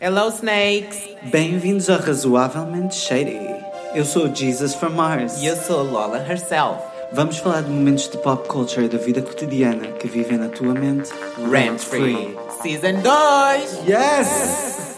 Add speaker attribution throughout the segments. Speaker 1: Hello, Snakes!
Speaker 2: Bem-vindos a Razoavelmente Shady. Eu sou Jesus from Mars.
Speaker 1: E eu sou a Lola herself.
Speaker 2: Vamos falar de momentos de pop culture e da vida cotidiana que vivem na tua mente
Speaker 1: Rent Free, Season 2!
Speaker 2: Yes!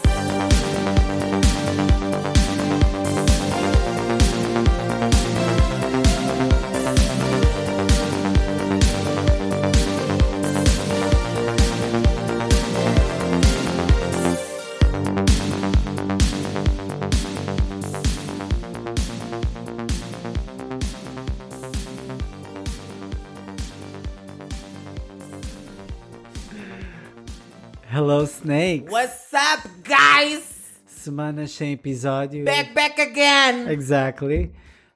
Speaker 2: Hello Snakes!
Speaker 1: What's up, guys?
Speaker 2: Semanas sem episódio.
Speaker 1: Back, back again!
Speaker 2: Exactly.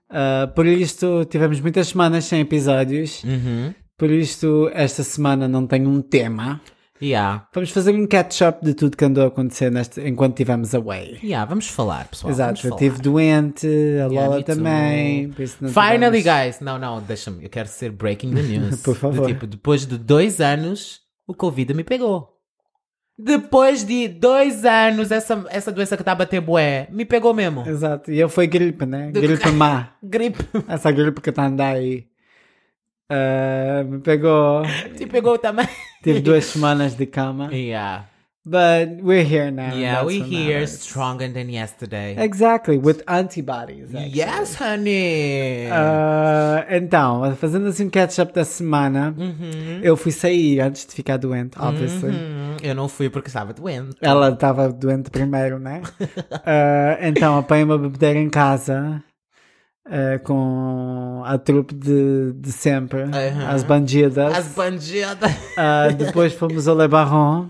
Speaker 2: Uh, por isto, tivemos muitas semanas sem episódios.
Speaker 1: Uhum.
Speaker 2: Por isto, esta semana não tenho um tema.
Speaker 1: Yeah,
Speaker 2: Vamos fazer um catch-up de tudo que andou a acontecer neste, enquanto estivemos away.
Speaker 1: yeah, vamos falar, pessoal.
Speaker 2: Exato, eu
Speaker 1: vamos
Speaker 2: estive doente, a Lola
Speaker 1: me too.
Speaker 2: também. por isso não
Speaker 1: falar. Finally,
Speaker 2: tivemos-
Speaker 1: guys! Não, não, deixa-me, eu quero ser breaking the news.
Speaker 2: Por favor.
Speaker 1: Do tipo, depois de dois anos, o Covid me pegou. Depois de dois anos, essa, essa doença que tá a bater bué, me pegou mesmo.
Speaker 2: Exato, e eu fui gripe, né? Gripe má.
Speaker 1: Gripe.
Speaker 2: Essa gripe que tá a andar aí. Ah, me pegou.
Speaker 1: Te pegou também.
Speaker 2: Tive duas semanas de cama.
Speaker 1: Yeah.
Speaker 2: But we're here now.
Speaker 1: Yeah,
Speaker 2: that's
Speaker 1: we
Speaker 2: what
Speaker 1: here
Speaker 2: matters.
Speaker 1: stronger than yesterday.
Speaker 2: Exactly, with antibodies. actually.
Speaker 1: Yes, honey.
Speaker 2: Ah, então, fazendo assim um catch-up da semana, eu fui sair antes de ficar doente, obviously.
Speaker 1: Hum, Uhum, eu não fui porque estava doente.
Speaker 2: Ela estava doente primeiro, né? Ah, então, apanhei uma bebedeira em casa ah, com a trupe de, de sempre,
Speaker 1: Aham.
Speaker 2: as bandidas.
Speaker 1: As bandidas.
Speaker 2: Ah, depois fomos ao Le Baron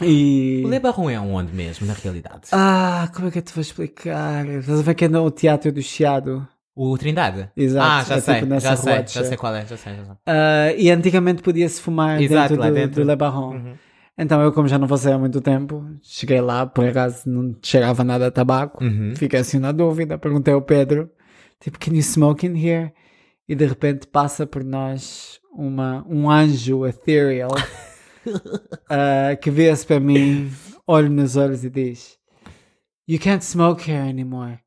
Speaker 2: e...
Speaker 1: Uhum. O Lebaron é onde mesmo, na realidade?
Speaker 2: Ah, como é que eu te vou explicar? Estás a ver que é no Teatro do Chiado?
Speaker 1: O Trindade?
Speaker 2: Exato,
Speaker 1: Ah, já
Speaker 2: é
Speaker 1: sei,
Speaker 2: tipo nessa
Speaker 1: já
Speaker 2: rua
Speaker 1: sei,
Speaker 2: de
Speaker 1: já sei
Speaker 2: chefe.
Speaker 1: qual é, já sei, já sei.
Speaker 2: Ah, e antigamente podia-se fumar
Speaker 1: Exato,
Speaker 2: dentro,
Speaker 1: lá
Speaker 2: do,
Speaker 1: dentro. Uhum.
Speaker 2: do Le Baron. Então eu, como já não vou sair há muito tempo, cheguei lá, por acaso não cheirava nada a tabaco,
Speaker 1: Uhum.
Speaker 2: fiquei assim na dúvida, perguntei ao Pedro, tipo, can you smoke in here? E de repente passa por nós uma, um anjo ethereal ah, que vê-se para mim, olho nos olhos e diz: You can't smoke here anymore.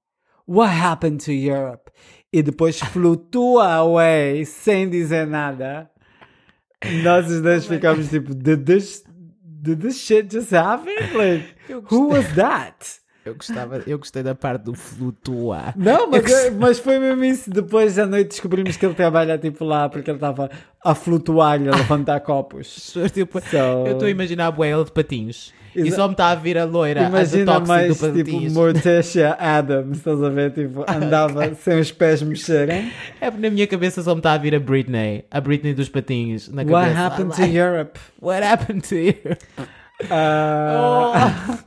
Speaker 2: What happened to Europe? E depois flutua away sem dizer nada. Nós os dois ficamos tipo, did this, did this shit just happen? Like, who was that?
Speaker 1: Eu, gostava, eu gostei da parte do flutuar.
Speaker 2: Não, mas, é, mas foi mesmo isso. Depois à noite descobrimos que ele trabalha tipo lá porque ele estava a flutuar e a levantar copos.
Speaker 1: pessoas, tipo,
Speaker 2: So-
Speaker 1: eu estou a imaginar a boela de patins. E
Speaker 2: Exa-
Speaker 1: só me está a vir a loira, a
Speaker 2: Imagina
Speaker 1: detox
Speaker 2: mais
Speaker 1: do
Speaker 2: tipo
Speaker 1: patins.
Speaker 2: Morticia Adams, estás a ver? Tipo, andava sem os pés mexerem.
Speaker 1: É porque na minha cabeça só me está a vir a Britney. A Britney dos patins na cabeça.
Speaker 2: What happened to
Speaker 1: Like,
Speaker 2: Europe?
Speaker 1: What happened to you? Oh.
Speaker 2: Ah,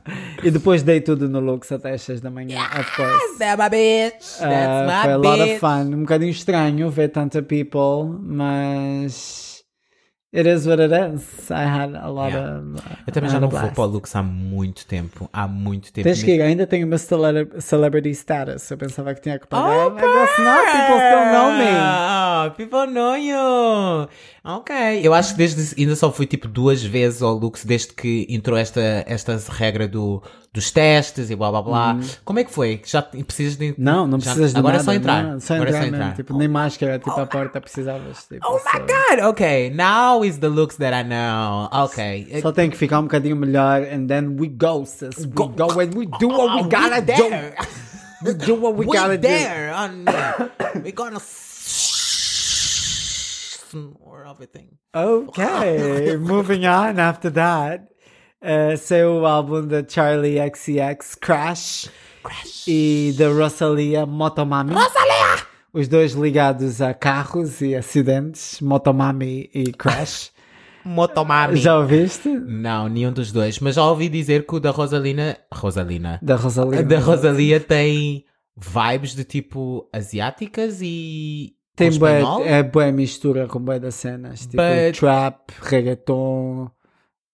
Speaker 2: E depois dei tudo no Lux até às 6 da manhã, of course.
Speaker 1: That's my bitch.
Speaker 2: Ah,
Speaker 1: That's my
Speaker 2: foi a lot of
Speaker 1: bitch.
Speaker 2: fun. Um bocadinho estranho ver tanta people, mas. It is what it is. I had a lot
Speaker 1: Yeah.
Speaker 2: of. uh,
Speaker 1: Eu também
Speaker 2: I
Speaker 1: já
Speaker 2: had
Speaker 1: não
Speaker 2: a
Speaker 1: vou
Speaker 2: blast.
Speaker 1: para o Lux há muito tempo. Há muito tempo.
Speaker 2: Tens que
Speaker 1: mesmo.
Speaker 2: ir, ainda tenho o meu cele- celebrity status. Eu pensava que tinha que pagar.
Speaker 1: Oh,
Speaker 2: É, Mas tipo, that's not, people still know me.
Speaker 1: Ah, People know you. Ok. Eu acho que desde ainda só fui tipo duas vezes ao Lux desde que entrou esta, esta regra do, dos testes e blá blá blá. Como é que foi? Já te- precisas de.
Speaker 2: Uhum. Não, não
Speaker 1: Já-
Speaker 2: precisas de
Speaker 1: agora
Speaker 2: nada.
Speaker 1: é só entrar.
Speaker 2: não, só
Speaker 1: Agora é
Speaker 2: entrar,
Speaker 1: só
Speaker 2: mesmo,
Speaker 1: entrar.
Speaker 2: Tipo, nem máscara, tipo, à porta precisavas. Tipo,
Speaker 1: Oh my
Speaker 2: só-
Speaker 1: god! Ok, now is the looks that I know. Ok.
Speaker 2: Só tem que ficar um bocadinho melhor and then we go, sis. We go, and we do what we gotta do.
Speaker 1: Oh, there.
Speaker 2: We do what
Speaker 1: We
Speaker 2: we, gotta do.
Speaker 1: there. On, we're gonna snore everything.
Speaker 2: Okay, moving on after that. Uh, saiu o álbum da Charlie XCX, Crash,
Speaker 1: Crash.
Speaker 2: e da Rosalia Motomami.
Speaker 1: Rosalia!
Speaker 2: Os dois ligados a carros e acidentes, Motomami e Crash.
Speaker 1: Motomami.
Speaker 2: Já ouviste?
Speaker 1: Não, nenhum dos dois. Mas já ouvi dizer que o da Rosalina. Rosalina.
Speaker 2: Da Rosalia.
Speaker 1: Da Rosalia tem vibes de tipo asiáticas e.
Speaker 2: Tem
Speaker 1: com
Speaker 2: bué,
Speaker 1: espanhol?
Speaker 2: é boa mistura com boa das cenas, tipo
Speaker 1: But-
Speaker 2: trap, reggaeton,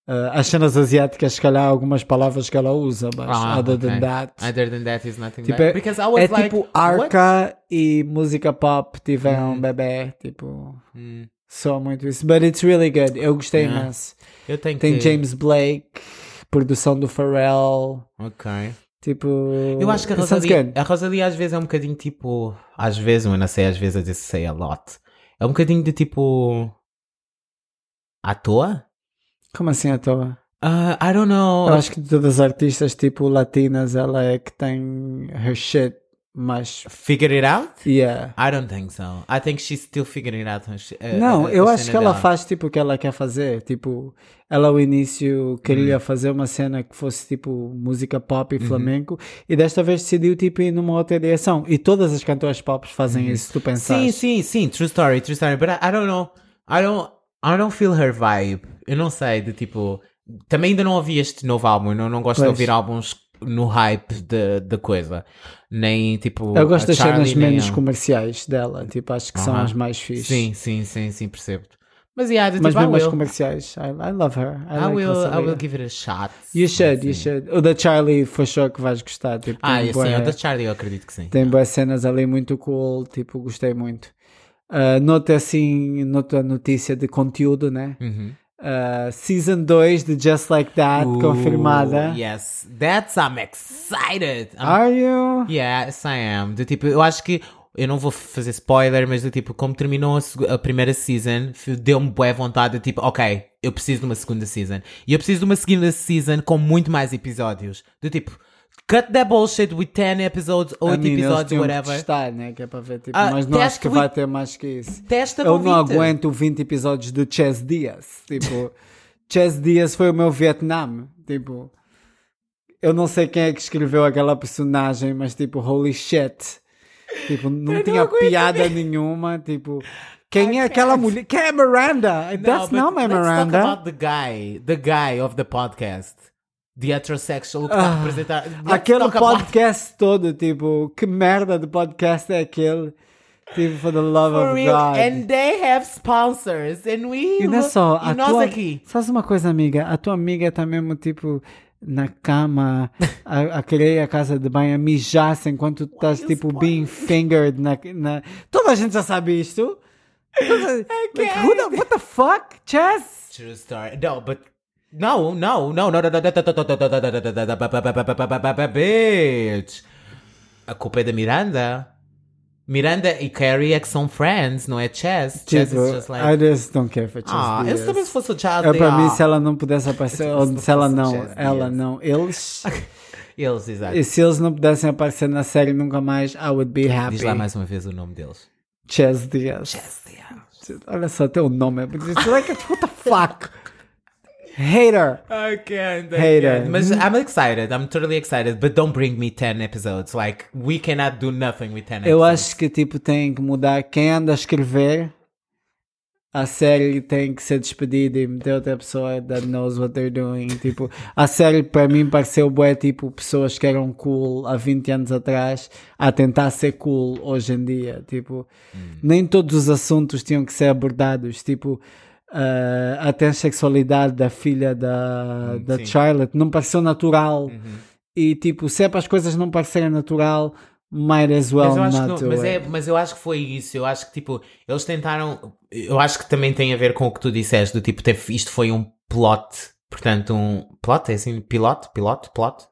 Speaker 2: eh, as cenas asiáticas, se calhar algumas palavras que ela usa, mas
Speaker 1: Ah,
Speaker 2: other
Speaker 1: ok.
Speaker 2: than that.
Speaker 1: Other than that is nothing
Speaker 2: Tipo,
Speaker 1: bad.
Speaker 2: é-
Speaker 1: né? Because I was
Speaker 2: é
Speaker 1: like,
Speaker 2: tipo
Speaker 1: what?
Speaker 2: arca e música pop tiveram um bebê, tipo,
Speaker 1: Hum,
Speaker 2: só muito isso. But it's really good, eu gostei
Speaker 1: Yeah.
Speaker 2: imenso.
Speaker 1: eu tenho
Speaker 2: Tem
Speaker 1: que...
Speaker 2: James Blake, produção do Pharrell.
Speaker 1: Ok.
Speaker 2: Tipo.
Speaker 1: Eu acho que a
Speaker 2: it sounds
Speaker 1: Rosalia,
Speaker 2: good.
Speaker 1: a Rosalia às vezes é um bocadinho tipo. Às vezes, eu não sei, às vezes eu disse say a lot. É um bocadinho de tipo. À toa?
Speaker 2: Como assim à toa?
Speaker 1: Ah, I don't know.
Speaker 2: Eu acho que de todas as artistas, tipo, latinas, ela é que tem her shit mais.
Speaker 1: Figure it out?
Speaker 2: Yeah.
Speaker 1: I don't think so. I think she's still figuring it out. when she- uh,
Speaker 2: Não,
Speaker 1: uh,
Speaker 2: eu
Speaker 1: a
Speaker 2: acho
Speaker 1: cena
Speaker 2: que ela
Speaker 1: dela.
Speaker 2: faz tipo o que ela quer fazer. Tipo, ela ao início queria
Speaker 1: Uhum.
Speaker 2: fazer uma cena que fosse tipo música pop e flamenco e desta vez decidiu tipo ir numa outra direção. E todas as cantoras pop fazem isso, se tu
Speaker 1: Uhum. Sim,
Speaker 2: pensares.
Speaker 1: sim, sim. True story, true story. But I, I don't know. I don't, I don't feel her vibe. Eu não sei, de tipo... Também ainda não ouvi este novo álbum. Eu não, não gosto de
Speaker 2: Pois.
Speaker 1: ouvir álbuns no hype da da coisa. Nem, tipo...
Speaker 2: Eu gosto
Speaker 1: a
Speaker 2: das cenas
Speaker 1: Charlie, nem
Speaker 2: menos
Speaker 1: a-
Speaker 2: comerciais dela. Tipo, acho que são
Speaker 1: Aham.
Speaker 2: as mais fixe.
Speaker 1: Sim, sim, sim, sim, percebo. Mas, yeah, de,
Speaker 2: Mas
Speaker 1: tipo, I
Speaker 2: mesmo as
Speaker 1: will.
Speaker 2: comerciais. I, I love her. I,
Speaker 1: I,
Speaker 2: like
Speaker 1: will, I
Speaker 2: Rosalía.
Speaker 1: will give it a shot.
Speaker 2: You should, you
Speaker 1: Sim.
Speaker 2: should. O da Charlie for sure que vais gostar. Tipo,
Speaker 1: Ah,
Speaker 2: tem
Speaker 1: eu sim.
Speaker 2: bué-
Speaker 1: O da Charlie eu acredito que sim.
Speaker 2: Tem boas cenas ali muito cool, tipo, gostei muito. Ah, nota assim, nota a notícia de conteúdo, né?
Speaker 1: Uhum.
Speaker 2: Ah, season 2 de Just Like That,
Speaker 1: Ooh,
Speaker 2: confirmada.
Speaker 1: Yes, that's I'm excited. I'm
Speaker 2: Are you?
Speaker 1: Yes, I am. Do tipo, eu acho que. Eu não vou fazer spoiler, mas do tipo, como terminou a, seg- a primeira season, f- deu-me boa vontade de tipo, ok, eu preciso de uma segunda season. E eu preciso de uma segunda season com muito mais episódios. Do tipo, cut that bullshit with 10 episodes, 8
Speaker 2: I mean, eles
Speaker 1: episódios,
Speaker 2: tinham que
Speaker 1: whatever.
Speaker 2: testar, né? Que é para ver, tipo,
Speaker 1: Ah,
Speaker 2: mas não acho
Speaker 1: teste
Speaker 2: que
Speaker 1: with-
Speaker 2: vai ter mais que isso.
Speaker 1: Testa
Speaker 2: Eu
Speaker 1: com
Speaker 2: não
Speaker 1: 20.
Speaker 2: aguento 20 episódios do Chess Diaz. Tipo, Chess Diaz foi o meu Vietnã. Tipo, eu não sei quem é que escreveu aquela personagem, mas tipo, holy shit. Tipo, não tinha
Speaker 1: aguento
Speaker 2: piada nenhuma. Tipo, quem é aquela mulher? Quem é Miranda? That's
Speaker 1: but
Speaker 2: not my
Speaker 1: let's talk
Speaker 2: Miranda.
Speaker 1: about the guy, the guy of the podcast. The heterosexual que está a representar. Let's
Speaker 2: Ah, Aquele
Speaker 1: talk about-
Speaker 2: podcast todo, tipo, que merda de podcast é aquele? Tipo, for the love
Speaker 1: For
Speaker 2: of
Speaker 1: real,
Speaker 2: God.
Speaker 1: and they have sponsors, and we
Speaker 2: E não é só,
Speaker 1: e
Speaker 2: a
Speaker 1: nós
Speaker 2: tua,
Speaker 1: aqui.
Speaker 2: Sabes uma coisa, amiga? A tua amiga tá mesmo, tipo, na cama, a, a querer ir à casa de banho, a mijar-se enquanto tu estás,
Speaker 1: you
Speaker 2: tipo,
Speaker 1: spoil
Speaker 2: being fingered na, na... Toda a gente já sabe isto.
Speaker 1: É
Speaker 2: Toda- like, who the, what the fuck? Chess?
Speaker 1: True story. No, but no, no, no, no, no, no, no, no, no, no, no, no, no, no, no, no, bitch. A culpa é da Miranda. Miranda e Carrie é que são friends, não é Chess. Chess
Speaker 2: Tipo,
Speaker 1: is just
Speaker 2: I
Speaker 1: like.
Speaker 2: just don't care for Chess
Speaker 1: Ah, eu
Speaker 2: Diaz.
Speaker 1: também Ah. se fosse o Chaz,
Speaker 2: É
Speaker 1: they
Speaker 2: para mim,
Speaker 1: are.
Speaker 2: se ela não pudesse aparecer, ou se ela não,
Speaker 1: Chess
Speaker 2: ela
Speaker 1: Diaz.
Speaker 2: não, eles,
Speaker 1: Eles, exato.
Speaker 2: e se eles não pudessem aparecer na série nunca mais, I would be happy.
Speaker 1: Diz lá mais uma vez o nome deles.
Speaker 2: Chess Diaz.
Speaker 1: Chess, they are.
Speaker 2: Olha só teu nome. é porque It's like, what the fuck? Hater.
Speaker 1: I can't. I
Speaker 2: Hater.
Speaker 1: can't. Mas I'm excited. I'm totally excited. But don't bring me 10 episodes. Like, we cannot do nothing with 10
Speaker 2: Eu
Speaker 1: episodes.
Speaker 2: acho que, tipo, tem que mudar quem anda a escrever. A série tem que ser despedida e meter outra pessoa that knows what they're doing. Tipo, a série para mim pareceu bué, tipo, pessoas que eram cool há 20 anos atrás a tentar ser cool hoje em dia. Tipo, nem todos os assuntos tinham que ser abordados. Tipo, ah, a transexualidade da filha da, da
Speaker 1: sim.
Speaker 2: Charlotte não pareceu natural. E tipo, se é para as coisas não parecerem natural, might as well
Speaker 1: Mas eu, acho
Speaker 2: not
Speaker 1: que
Speaker 2: do
Speaker 1: não- mas,
Speaker 2: it.
Speaker 1: é- mas eu acho que foi isso. Eu acho que, tipo, eles tentaram. Eu acho que também tem a ver com o que tu disseste, do tipo, teve, isto foi um plot. Portanto, um. Plot? É assim? Pilote? Pilote? Plot?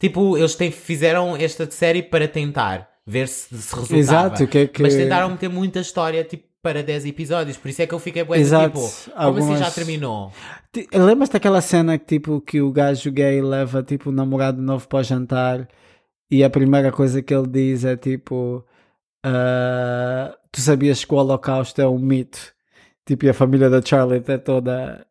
Speaker 1: Tipo, eles te- fizeram esta série para tentar ver se, se resultava.
Speaker 2: Exato, o que é que-
Speaker 1: Mas tentaram meter muita história, tipo, para 10 episódios. Por isso é que eu fiquei bué,
Speaker 2: Exato.
Speaker 1: tipo, como assim
Speaker 2: Algumas-
Speaker 1: já terminou?
Speaker 2: Ti- Lembras daquela cena que tipo que o gajo gay leva tipo o namorado novo para o jantar e a primeira coisa que ele diz é tipo ah, tu sabias que o holocausto é um mito? Tipo, e a família da Charlotte é toda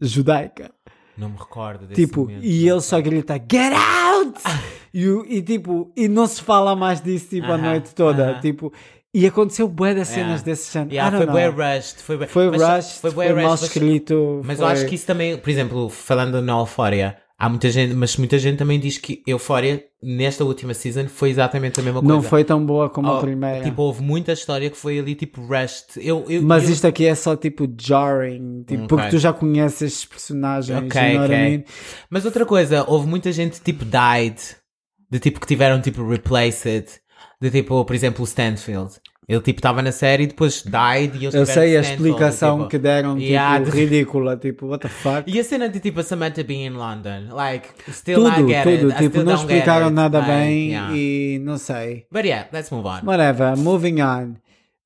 Speaker 2: judaica.
Speaker 1: Não me recordo desse
Speaker 2: Tipo,
Speaker 1: momento.
Speaker 2: e ele só grita Get out! E, o- e tipo, e não se fala mais disso tipo a
Speaker 1: Aham,
Speaker 2: noite toda.
Speaker 1: aham.
Speaker 2: Tipo, e aconteceu bué das
Speaker 1: Yeah.
Speaker 2: cenas desse género.
Speaker 1: Yeah,
Speaker 2: I
Speaker 1: foi
Speaker 2: don't
Speaker 1: bué
Speaker 2: know.
Speaker 1: rushed. Foi, bué-
Speaker 2: Foi
Speaker 1: mas só-
Speaker 2: rushed, foi,
Speaker 1: bué
Speaker 2: mal
Speaker 1: rushed, mas-
Speaker 2: escrito.
Speaker 1: Mas eu
Speaker 2: foi-
Speaker 1: acho que isso também, por exemplo, falando na Euphoria, há muita gente, mas muita gente também diz que Euphoria, nesta última season, foi exatamente a mesma é coisa.
Speaker 2: não foi tão boa como
Speaker 1: Oh,
Speaker 2: a primeira.
Speaker 1: Tipo, houve muita história que foi ali, tipo, rushed. Eu, eu,
Speaker 2: Mas
Speaker 1: eu-
Speaker 2: isto aqui é só tipo jarring, tipo,
Speaker 1: Ok.
Speaker 2: porque tu já conheces estes personagens,
Speaker 1: Ok,
Speaker 2: é, you know what I
Speaker 1: ok.
Speaker 2: mean?
Speaker 1: Mas outra coisa, houve muita gente, tipo, died. De tipo, que tiveram, tipo, replaced. De tipo, por exemplo, o Stanfield. Ele tipo estava na série e depois died e eles
Speaker 2: Eu
Speaker 1: tiveram
Speaker 2: sei a
Speaker 1: cancel,
Speaker 2: explicação
Speaker 1: tipo.
Speaker 2: que deram, tipo,
Speaker 1: Yeah, de-
Speaker 2: ridícula, tipo, what the fuck?
Speaker 1: E a cena de tipo a Samantha being in London, like, still I
Speaker 2: tudo,
Speaker 1: get it.
Speaker 2: tudo,
Speaker 1: I
Speaker 2: tipo,
Speaker 1: still
Speaker 2: não
Speaker 1: don't get
Speaker 2: explicaram
Speaker 1: it.
Speaker 2: nada
Speaker 1: Like,
Speaker 2: bem
Speaker 1: yeah.
Speaker 2: e não sei.
Speaker 1: But yeah, let's move on.
Speaker 2: Whatever, moving on.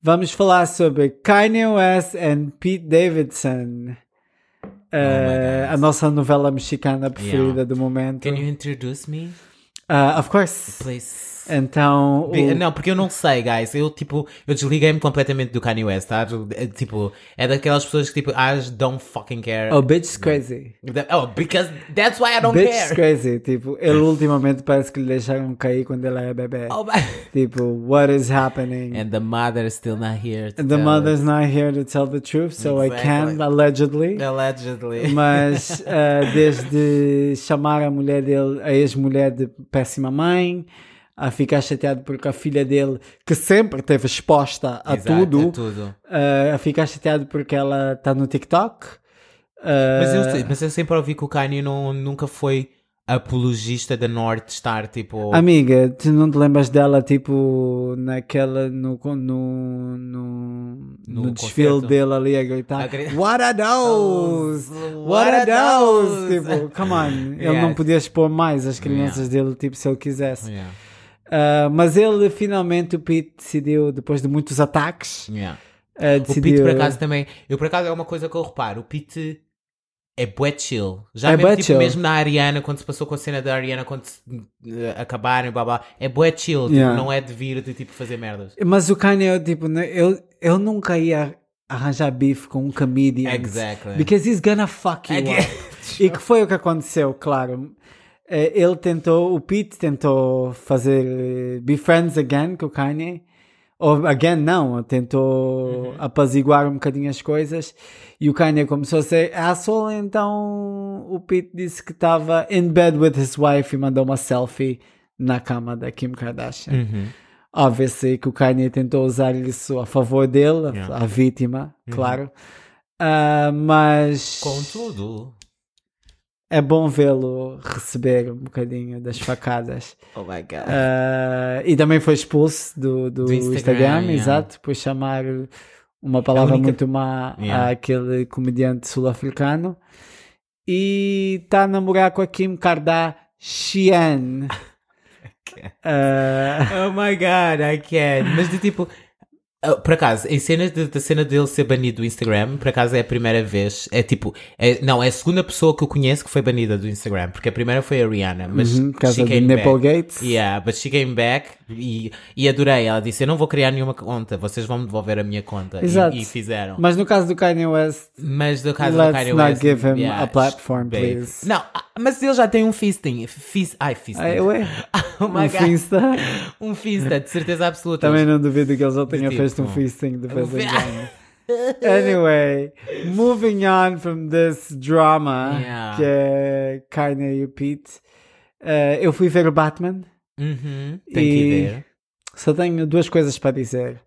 Speaker 2: Vamos falar sobre Kanye West and Pete Davidson. Uh, a nossa novela mexicana preferida
Speaker 1: Oh Yeah.
Speaker 2: do momento.
Speaker 1: Can you introduce me,
Speaker 2: Uh, of course.
Speaker 1: please?
Speaker 2: Então,
Speaker 1: Be-
Speaker 2: o-
Speaker 1: Não, porque eu não sei, guys. Eu, tipo, eu desliguei-me completamente do Kanye West, tá? É, Tipo, é daquelas pessoas que, tipo, I just don't fucking care.
Speaker 2: oh, bitch crazy.
Speaker 1: That- Oh, because that's why I don't
Speaker 2: Bitch
Speaker 1: care.
Speaker 2: crazy. Tipo, ele ultimamente parece que lhe deixaram cair quando ele é bebê.
Speaker 1: Oh, my-
Speaker 2: Tipo, what is happening?
Speaker 1: And the mother is still not here. to
Speaker 2: And the
Speaker 1: tell
Speaker 2: mother's not here to tell the truth, so I can,
Speaker 1: Exactly.
Speaker 2: allegedly.
Speaker 1: it. Allegedly.
Speaker 2: Mas eh, desde chamar a mulher dele, a ex-mulher de péssima mãe, a ficar chateado porque a filha dele, que sempre esteve exposta a
Speaker 1: Exato,
Speaker 2: tudo,
Speaker 1: a tudo.
Speaker 2: eh, a ficar chateado porque ela está no TikTok. eh,
Speaker 1: Mas, eu, sei- mas eu sempre ouvi que o Kanye não, nunca foi apologista da Norte estar, tipo...
Speaker 2: Amiga, tu não te lembras dela, tipo, naquela, no, con- no, no, no,
Speaker 1: No
Speaker 2: desfile
Speaker 1: concerto.
Speaker 2: dele ali a gritar,
Speaker 1: A gri-
Speaker 2: What are those? What are those? Tipo, come on, ele
Speaker 1: Yeah.
Speaker 2: não podia expor mais as crianças dele, tipo, se ele quisesse.
Speaker 1: Yeah,
Speaker 2: Ah, mas ele, finalmente, o Pete decidiu, depois de muitos ataques,
Speaker 1: yeah.
Speaker 2: ah,
Speaker 1: O
Speaker 2: decidiu...
Speaker 1: Pete, por acaso, também... Eu, por acaso, é uma coisa que eu reparo. O Pete é bué chill. Já
Speaker 2: É
Speaker 1: mesmo,
Speaker 2: bué
Speaker 1: tipo,
Speaker 2: chill.
Speaker 1: mesmo na Ariana, quando se passou com a cena da Ariana, quando se, eh, acabaram e blá blá, é bué chill. Tipo,
Speaker 2: Yeah.
Speaker 1: Não é de vir de, tipo, fazer merdas.
Speaker 2: Mas o Kanye, eu, tipo, né, eu, eu nunca ia arranjar bife com um comedian.
Speaker 1: Exactly.
Speaker 2: Because he's gonna fuck you
Speaker 1: Again.
Speaker 2: up. E que foi o que aconteceu, claro. Eh, Ele tentou, o Pete tentou fazer eh, Be Friends Again com o Kanye. Ou again, não, tentou apaziguar um bocadinho as coisas. E o Kanye começou a ser asshole, então o Pete disse que estava in bed with his wife e mandou uma selfie na cama da Kim Kardashian.
Speaker 1: Uhum.
Speaker 2: Obviously que o Kanye tentou usar isso a favor dele, a-
Speaker 1: Yeah. Uhum.
Speaker 2: a vítima, claro. Ah, mas
Speaker 1: Contudo...
Speaker 2: é bom vê-lo receber um bocadinho das facadas.
Speaker 1: Oh my god.
Speaker 2: Ah, e também foi expulso do, do,
Speaker 1: Do
Speaker 2: Instagram,
Speaker 1: Instagram, yeah. É
Speaker 2: exato, por chamar uma palavra
Speaker 1: A única-
Speaker 2: muito má
Speaker 1: Yeah.
Speaker 2: àquele comediante sul-africano. E está a namorar com a Kim Kardashian. Ah,
Speaker 1: Oh my god, I can't. Mas de tipo. ah, Por acaso, em cenas de- da cena dele ser banido do Instagram, por acaso é a primeira vez, é tipo, é- não, é a segunda pessoa que eu conheço que foi banida do Instagram, porque a primeira foi a Rihanna, mas
Speaker 2: uhum, por causa
Speaker 1: she
Speaker 2: de
Speaker 1: came back.
Speaker 2: Nipplegates.
Speaker 1: Yeah, but she came back e, e adorei. Ela disse: Eu não vou criar nenhuma conta, vocês vão me devolver a minha conta. E-
Speaker 2: Exato.
Speaker 1: E, fizeram.
Speaker 2: Mas no caso do Kanye West,
Speaker 1: Mas do caso
Speaker 2: Let's
Speaker 1: do Kanye
Speaker 2: not
Speaker 1: West,
Speaker 2: give him
Speaker 1: yeah,
Speaker 2: a platform,
Speaker 1: babe.
Speaker 2: please.
Speaker 1: Não, ah, mas ele já tem um fisting. Fis, ai, fisting.
Speaker 2: ai, ué,
Speaker 1: oh
Speaker 2: ah, um
Speaker 1: my god.
Speaker 2: Finsta.
Speaker 1: Um fista, de certeza absoluta.
Speaker 2: Também não duvido que eles já tenham
Speaker 1: Tipo,
Speaker 2: feito um feasting de vez em
Speaker 1: vi-
Speaker 2: quando. Anyway, moving on from this drama
Speaker 1: Yeah.
Speaker 2: que é Kanye e o Pete. Eh, eu fui ver o Batman.
Speaker 1: Uhum,
Speaker 2: E-
Speaker 1: tem que ver.
Speaker 2: Só tenho duas coisas para dizer.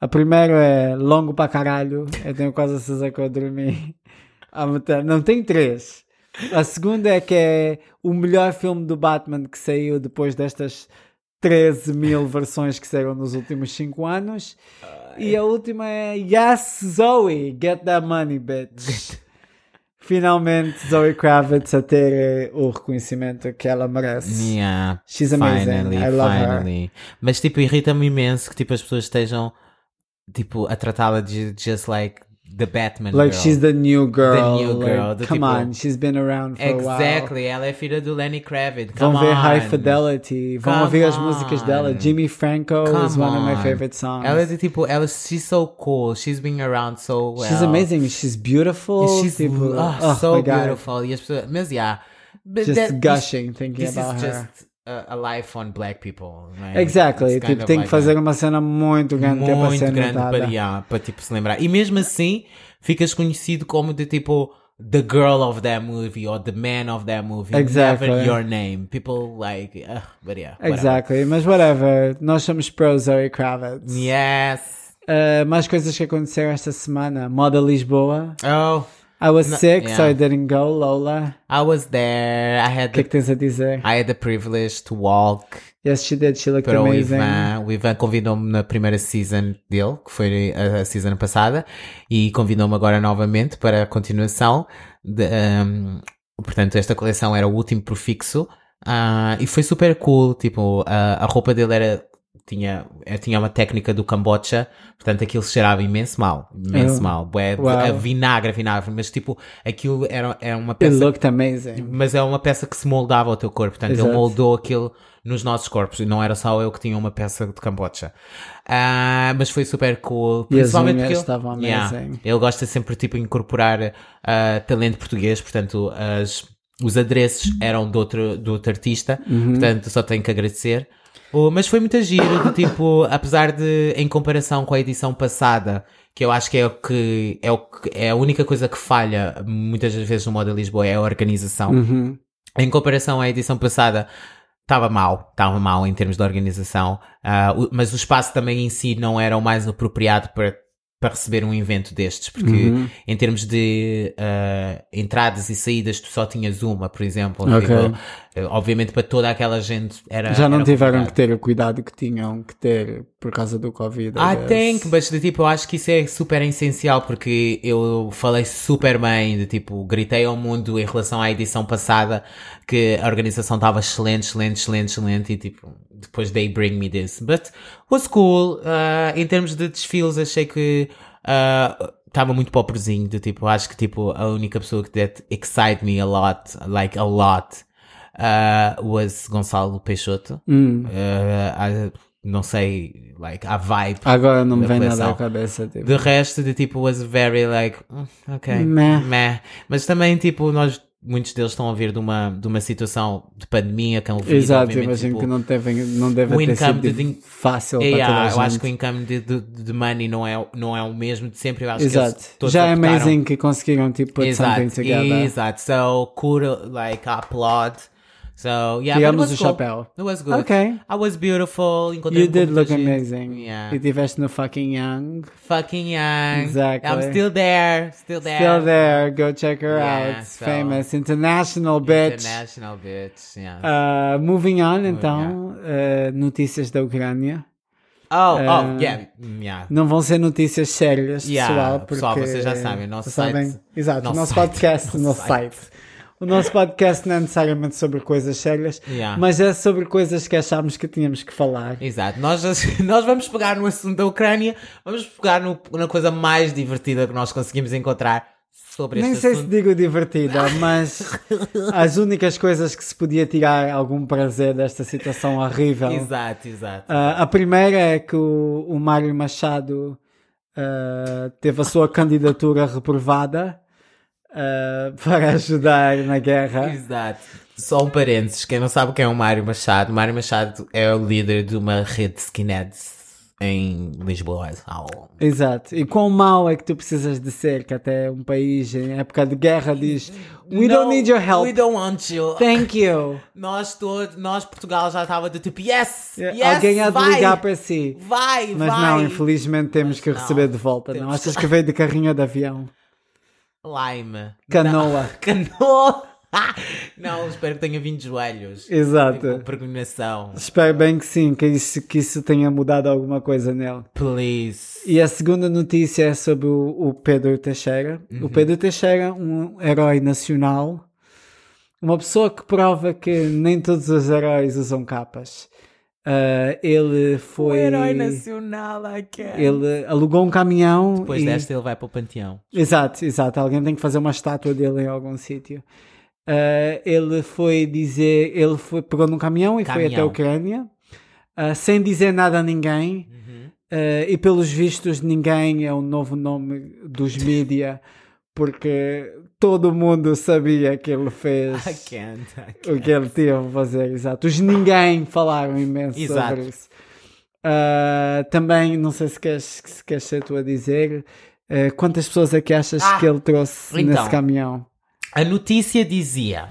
Speaker 2: A primeira é longo para caralho. Eu tenho quase a certeza que eu dormi. há muita- Não tem três. A segunda é que é o melhor filme do Batman que saiu depois destas 13 mil versões que saíram nos últimos 5 anos. E a última é Yes, Zoe, get that money, bitch. Finalmente, Zoe Kravitz a ter eh, o reconhecimento que ela merece.
Speaker 1: Yeah.
Speaker 2: She's amazing.
Speaker 1: Finally,
Speaker 2: I love her.
Speaker 1: finally. Mas tipo, irrita-me imenso que tipo as pessoas estejam tipo a tratá-la de just like the Batman.
Speaker 2: Like
Speaker 1: girl.
Speaker 2: she's the new girl.
Speaker 1: new
Speaker 2: like,
Speaker 1: girl, the
Speaker 2: come
Speaker 1: tipo-
Speaker 2: on, she's been around for a while.
Speaker 1: Exactly, ela é filha do Lenny Kravitz.
Speaker 2: Vão
Speaker 1: Come
Speaker 2: ver
Speaker 1: on.
Speaker 2: High Fidelity, vão
Speaker 1: Come
Speaker 2: ouvir as músicas dela.
Speaker 1: on.
Speaker 2: Jimmy Franco is
Speaker 1: Come
Speaker 2: one of my
Speaker 1: on.
Speaker 2: favorite songs.
Speaker 1: Ela é de tipo, ela, she's so cool, she's been around so well.
Speaker 2: she's amazing, she's beautiful.
Speaker 1: And She's
Speaker 2: tipo,
Speaker 1: oh,
Speaker 2: oh my
Speaker 1: so
Speaker 2: God.
Speaker 1: beautiful. E as pessoas, mas yeah. But
Speaker 2: Just
Speaker 1: that-
Speaker 2: gushing thinking
Speaker 1: This, this
Speaker 2: about
Speaker 1: is
Speaker 2: her.
Speaker 1: just a, a life on black people. right?
Speaker 2: exactly,
Speaker 1: It's kind
Speaker 2: tipo,
Speaker 1: of
Speaker 2: tem que
Speaker 1: like
Speaker 2: fazer
Speaker 1: that.
Speaker 2: uma cena muito grande que é para
Speaker 1: muito
Speaker 2: ser
Speaker 1: grande
Speaker 2: notada.
Speaker 1: para, yeah, para tipo se lembrar. E mesmo assim, ficas conhecido como de tipo the girl of that movie or the man of that movie.
Speaker 2: Exactly.
Speaker 1: Never your name. People like, ugh, but yeah. whatever.
Speaker 2: Exactly, mas whatever, nós somos pro Zoe Kravitz.
Speaker 1: Yes.
Speaker 2: Uh, mais coisas que aconteceram esta semana: Moda Lisboa.
Speaker 1: Oh,
Speaker 2: I was sick, so
Speaker 1: yeah.
Speaker 2: I didn't go. Lola,
Speaker 1: I was there. I had
Speaker 2: o que
Speaker 1: the,
Speaker 2: é que tens a dizer?
Speaker 1: I had the privilege to walk
Speaker 2: E assisti Dead Chill que
Speaker 1: para o
Speaker 2: também vem.
Speaker 1: Ivan. O Ivan convidou-me na primeira season dele, que foi a, a season passada, e convidou-me agora novamente para a continuação. De, ahm, portanto, esta coleção era o último prefixo ah, e foi super cool. Tipo, a, a roupa dele era. Tinha, eh, tinha uma técnica do Camboja, portanto aquilo cheirava imenso mal, imenso
Speaker 2: Oh.
Speaker 1: mal, bué,
Speaker 2: Uau.
Speaker 1: a vinagre, a vinagre, mas tipo, aquilo era, era uma
Speaker 2: It
Speaker 1: peça
Speaker 2: looked amazing.
Speaker 1: mas é uma peça que se moldava ao teu corpo, portanto,
Speaker 2: Exato.
Speaker 1: ele moldou aquilo nos nossos corpos, e não era só eu que tinha uma peça de Camboja. Ah, mas foi super cool,
Speaker 2: E as
Speaker 1: principalmente
Speaker 2: unhas
Speaker 1: porque ele,
Speaker 2: estavam
Speaker 1: Yeah.
Speaker 2: amazing.
Speaker 1: ele gosta sempre tipo de incorporar ah, talento português, portanto, as- os adereços eram de outro, de outro artista,
Speaker 2: Uhum.
Speaker 1: portanto, só tenho que agradecer. Oh, mas foi muito giro, do tipo, apesar de, em comparação com a edição passada, que eu acho que é o que, é o que, é a única coisa que falha muitas das vezes no Moda Lisboa é a organização
Speaker 2: Uhum.
Speaker 1: em comparação à edição passada, estava mal, estava mal em termos de organização, ah, o- mas o espaço também em si não era o mais apropriado para, para receber um evento destes, porque
Speaker 2: Uhum.
Speaker 1: em termos de ah, entradas e saídas tu só tinhas uma, por exemplo.
Speaker 2: Ok.
Speaker 1: Digo, eh, obviamente para toda aquela gente era.
Speaker 2: Já não
Speaker 1: Eh, era
Speaker 2: tiveram que
Speaker 1: complicado.
Speaker 2: ter o cuidado que tinham que ter por causa do Covid. I
Speaker 1: Ah,
Speaker 2: guess.
Speaker 1: tem que, mas de tipo, eu acho que isso é super essencial porque eu falei super bem, de tipo, gritei ao mundo em relação à edição passada que a organização estava excelente, excelente, excelente, excelente e tipo, depois they bring me this. But was cool. Ah, em termos de desfiles, achei que estava muito pobrezinho, de tipo, acho que tipo, a única pessoa que that excite me a lot, like a lot, ah, was Gonçalo Peixoto.
Speaker 2: Hum.
Speaker 1: Ah, ah, não sei, like, a vibe.
Speaker 2: Agora não me
Speaker 1: Da
Speaker 2: vem nada
Speaker 1: coleção.
Speaker 2: à cabeça. Tipo.
Speaker 1: De resto, de tipo, was very like, "Hum, ok,
Speaker 2: Meh.
Speaker 1: meh." Mas também, tipo, nós, muitos deles estão a vir de uma, de uma situação de pandemia, que é um vídeo,
Speaker 2: Exato,
Speaker 1: obviamente,
Speaker 2: imagino
Speaker 1: tipo,
Speaker 2: que não deve, não deve
Speaker 1: o
Speaker 2: ter
Speaker 1: income
Speaker 2: sido
Speaker 1: de
Speaker 2: tipo,
Speaker 1: din-
Speaker 2: fácil
Speaker 1: yeah,
Speaker 2: para
Speaker 1: eu
Speaker 2: toda a
Speaker 1: acho
Speaker 2: gente.
Speaker 1: que o income de, de, de money não é, não é o mesmo de sempre. Eu acho que eles
Speaker 2: Exato.
Speaker 1: todos
Speaker 2: Já é
Speaker 1: optaram-
Speaker 2: amazing que conseguiram tipo put
Speaker 1: Exato,
Speaker 2: something together.
Speaker 1: exato. So, cool, like, applaud. So, yeah, but it
Speaker 2: Tiramos
Speaker 1: was
Speaker 2: o
Speaker 1: cool.
Speaker 2: chapéu.
Speaker 1: It was good.
Speaker 2: Ok.
Speaker 1: I was beautiful. Encontrei
Speaker 2: You did
Speaker 1: muita
Speaker 2: look
Speaker 1: um gente.
Speaker 2: amazing.
Speaker 1: Yeah.
Speaker 2: E tiveste no fucking Young.
Speaker 1: Fucking young.
Speaker 2: Exactly.
Speaker 1: I'm still there. Still there.
Speaker 2: Still there, go check her
Speaker 1: Yeah,
Speaker 2: out.
Speaker 1: so-
Speaker 2: Famous, international bitch.
Speaker 1: International bitch. Yeah.
Speaker 2: Uh, moving on, então, uh, notícias da Ucrânia.
Speaker 1: Oh,
Speaker 2: Ah,
Speaker 1: oh, yeah, mm, yeah.
Speaker 2: Não vão ser notícias sérias,
Speaker 1: Yeah,
Speaker 2: pessoal, porque...
Speaker 1: pessoal, vocês já sabem, o nosso site-
Speaker 2: Exato, o
Speaker 1: nosso
Speaker 2: nosso
Speaker 1: site,
Speaker 2: podcast, o
Speaker 1: nosso
Speaker 2: nosso site. O nosso podcast não é necessariamente sobre coisas sérias,
Speaker 1: Yeah.
Speaker 2: mas é sobre coisas que achámos que tínhamos que falar.
Speaker 1: Exato. Nós, nós vamos pegar no assunto da Ucrânia, vamos pegar no, na coisa mais divertida que nós conseguimos encontrar sobre
Speaker 2: Nem
Speaker 1: este
Speaker 2: sei se
Speaker 1: assunto.
Speaker 2: digo divertida, mas as únicas coisas que se podia tirar algum prazer desta situação horrível.
Speaker 1: Exato, exato.
Speaker 2: Ah, a primeira é que o, o Mário Machado ah, teve a sua candidatura reprovada ah, para ajudar na guerra.
Speaker 1: Exato. Só um parênteses, quem não sabe quem é o Mário Machado, Mário Machado é o líder de uma rede de skinheads em Lisboa. Oh.
Speaker 2: Exato. E quão mau é que tu precisas de ser que até um país em época de guerra diz
Speaker 1: No,
Speaker 2: We don't need your help.
Speaker 1: We don't want you.
Speaker 2: Thank you.
Speaker 1: Nós todos, nós Portugal já estava do tipo, yes, yes,
Speaker 2: Alguém há de
Speaker 1: vai,
Speaker 2: ligar para si.
Speaker 1: vai,
Speaker 2: Mas
Speaker 1: vai.
Speaker 2: não, infelizmente temos que
Speaker 1: não,
Speaker 2: receber de volta. Não
Speaker 1: temos
Speaker 2: achas que veio de carrinho de avião?
Speaker 1: Lime.
Speaker 2: Canoa.
Speaker 1: Canoa. Ah! Não, espero que tenha vindo de joelhos. Com
Speaker 2: Exato.
Speaker 1: pregnação.
Speaker 2: Espero bem que sim, que isso, que isso tenha mudado alguma coisa nele.
Speaker 1: Please.
Speaker 2: E a segunda notícia é sobre o, o Pedro Teixeira.
Speaker 1: Uhum.
Speaker 2: O Pedro Teixeira, um herói nacional, uma pessoa que prova que nem todos os heróis usam capas. Ah, ele foi.
Speaker 1: nacional, I can.
Speaker 2: Ele alugou um caminhão.
Speaker 1: Depois
Speaker 2: e-
Speaker 1: desta ele vai para o panteão.
Speaker 2: Exato, exato. Alguém tem que fazer uma estátua dele em algum sítio. Ah, ele foi dizer, ele foi, pegou num caminhão e foi
Speaker 1: Caminhão.
Speaker 2: até a Ucrânia, ah, sem dizer nada a ninguém. Ah, e pelos vistos, ninguém é o novo nome dos mídia, porque todo mundo sabia que ele fez
Speaker 1: I can't. I can't.
Speaker 2: o que ele teve a fazer, exato. Os ninguém falaram imenso
Speaker 1: Exato.
Speaker 2: sobre isso. Ah, também, não sei se queres, se queres ser tu a dizer, eh, quantas pessoas é que achas
Speaker 1: Ah,
Speaker 2: que ele trouxe
Speaker 1: então.
Speaker 2: nesse caminhão?
Speaker 1: A notícia dizia.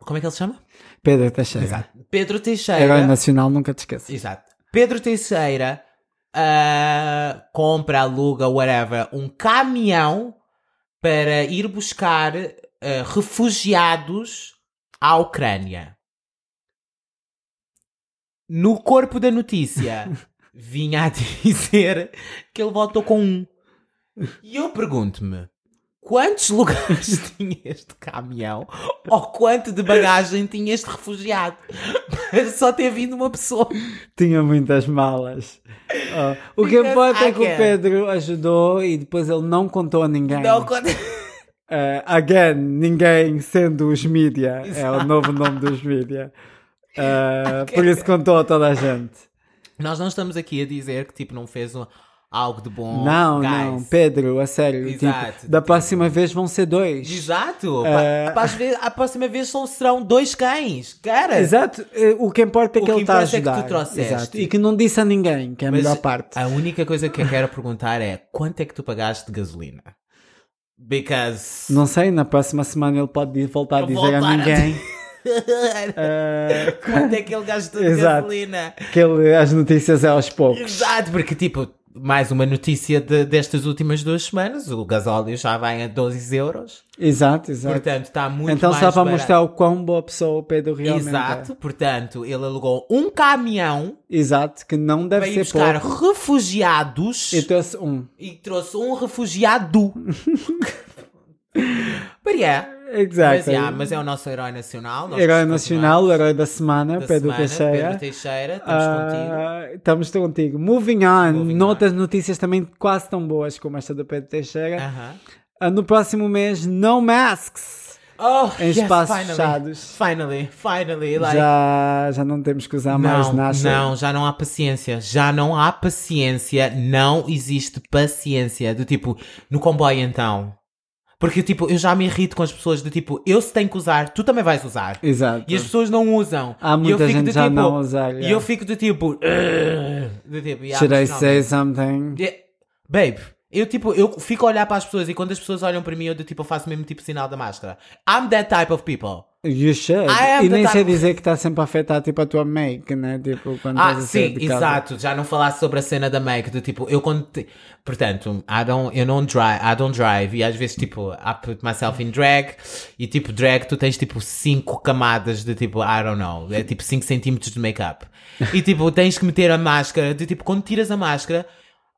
Speaker 1: Como é que ele se chama?
Speaker 2: Pedro Teixeira.
Speaker 1: Pedro Teixeira.
Speaker 2: Herói nacional, nunca te esqueças.
Speaker 1: Exato. Pedro Teixeira ah, compra, aluga, whatever, um caminhão para ir buscar ah, refugiados à Ucrânia. No corpo da notícia vinha a dizer que ele votou com um. E eu pergunto-me, quantos lugares tinha este caminhão ou quanto de bagagem tinha este refugiado para só ter vindo uma pessoa?
Speaker 2: Tinha muitas malas. Ah, o que
Speaker 1: Because
Speaker 2: importa é que
Speaker 1: again.
Speaker 2: o Pedro ajudou e depois ele não contou a ninguém.
Speaker 1: Não, quando...
Speaker 2: Ah, again, ninguém sendo os mídia. É o novo nome dos mídia. Ah, Por isso contou a toda a gente.
Speaker 1: Nós não estamos aqui a dizer que tipo não fez um- algo de bom.
Speaker 2: não,
Speaker 1: guys.
Speaker 2: não, Pedro, a sério. tipo,
Speaker 1: Exato,
Speaker 2: da
Speaker 1: tipo-
Speaker 2: próxima vez vão ser dois.
Speaker 1: Exato.
Speaker 2: Eh,
Speaker 1: Pa- pa- às vezes- a próxima vez só serão dois cães. Cara,
Speaker 2: Exato, eh, o que importa é
Speaker 1: O
Speaker 2: que
Speaker 1: que
Speaker 2: ele está a
Speaker 1: importa é que tu
Speaker 2: ajudar.
Speaker 1: trouxeste.
Speaker 2: Exato. E que não disse a ninguém, que é a melhor parte.
Speaker 1: a única coisa que eu quero perguntar é quanto é que tu pagaste de gasolina? Because...
Speaker 2: Não sei, na próxima semana ele pode ir voltar a
Speaker 1: Eu
Speaker 2: dizer a
Speaker 1: voltar a
Speaker 2: ninguém
Speaker 1: quanto é que ele gastou de
Speaker 2: Eh, Exato.
Speaker 1: gasolina?
Speaker 2: que ele, as notícias é aos poucos.
Speaker 1: Exato, porque tipo, mais uma notícia de- destas últimas duas semanas, o gasóleo já vai a 12 euros,
Speaker 2: Exato, exato.
Speaker 1: portanto está muito
Speaker 2: então
Speaker 1: mais
Speaker 2: só para
Speaker 1: barato.
Speaker 2: mostrar o quão boa pessoa o Pedro realmente
Speaker 1: Exato,
Speaker 2: é.
Speaker 1: portanto, ele alugou um caminhão
Speaker 2: Exato, que não deve
Speaker 1: para ir
Speaker 2: ser
Speaker 1: buscar
Speaker 2: pouco.
Speaker 1: refugiados
Speaker 2: Eu trouxe um.
Speaker 1: e trouxe um refugiado. But yeah, mas,
Speaker 2: Exato.
Speaker 1: yeah, mas é o nosso herói nacional. nós
Speaker 2: Tá, herói
Speaker 1: continuamos.
Speaker 2: nacional, o herói da semana,
Speaker 1: Da
Speaker 2: Pedro
Speaker 1: semana,
Speaker 2: Teixeira.
Speaker 1: Pedro Teixeira, estamos contigo.
Speaker 2: Ah, Estamos contigo. Moving on,
Speaker 1: Moving
Speaker 2: noutras notícias também quase tão boas como esta do Pedro Teixeira.
Speaker 1: Aham.
Speaker 2: Ah, No próximo mês, No Masks.
Speaker 1: Oh,
Speaker 2: Em
Speaker 1: yes,
Speaker 2: espaços
Speaker 1: finally.
Speaker 2: fechados.
Speaker 1: Finally, finally. Like,
Speaker 2: já, já não temos que usar mais
Speaker 1: não,
Speaker 2: nasce.
Speaker 1: não, já não há paciência. Já não há paciência. Não existe paciência. Do tipo, no comboio então. Porque, tipo, eu já me irrito com as pessoas do tipo, eu se tenho que usar, tu também vais usar.
Speaker 2: Exato.
Speaker 1: E as pessoas não usam.
Speaker 2: Há
Speaker 1: e eu
Speaker 2: muita
Speaker 1: fico
Speaker 2: gente
Speaker 1: do
Speaker 2: já
Speaker 1: tipo,
Speaker 2: não a usar.
Speaker 1: E eu fico do tipo, "Ugh", do tipo, yeah,
Speaker 2: Should I
Speaker 1: mas não.
Speaker 2: say something?
Speaker 1: Yeah. Babe, eu tipo, eu fico a olhar para as pessoas e quando as pessoas olham para mim, eu do tipo, eu faço o mesmo tipo de sinal da máscara. I'm that type of people.
Speaker 2: You should.
Speaker 1: I am
Speaker 2: E
Speaker 1: the
Speaker 2: nem sei
Speaker 1: type-
Speaker 2: dizer que está sempre a afetar tipo a tua make, né? Tipo, quando
Speaker 1: Ah,
Speaker 2: estás a sair
Speaker 1: sim,
Speaker 2: de casa.
Speaker 1: exato. Já não falaste sobre a cena da make, do tipo, eu quando. te- Portanto, I don't, eu não drive, I don't drive. E às vezes, tipo, I put myself in drag. E tipo, drag, tu tens tipo cinco camadas de tipo, I don't know. É tipo 5 centímetros de make-up. E tipo, tens que meter a máscara. De tipo, quando tiras a máscara.